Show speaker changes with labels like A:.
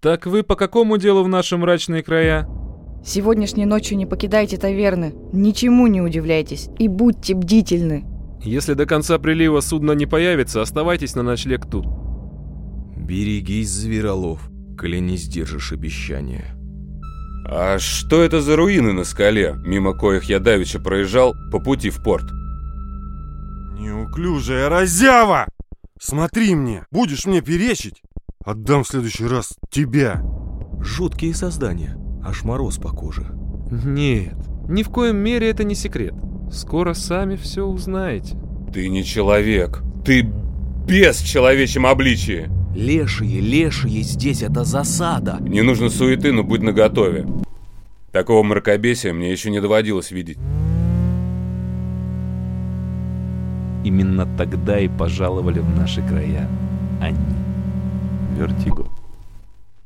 A: «Так вы по какому делу в наши мрачные края?»
B: Сегодняшней ночью не покидайте таверны, ничему не удивляйтесь и будьте бдительны.
A: «Если до конца прилива судно не появится, оставайтесь на ночлег тут».
C: Берегись, зверолов, коли не сдержишь обещания.
D: А что это за руины на скале, мимо коих я давеча проезжал по пути в порт?
E: Неуклюжая разява! Смотри мне, будешь мне перечить? Отдам в следующий раз тебя.
C: Жуткие создания, аж мороз по коже.
A: «Нет, ни в коем мере это не секрет. Скоро сами все узнаете».
D: Ты не человек, ты без человечьем обличии.
F: Лешие, лешие, здесь это засада.
D: Не нужно суеты, но будь наготове. Такого мракобесия мне еще не доводилось видеть.
G: Именно тогда и пожаловали в наши края они. Вертиго.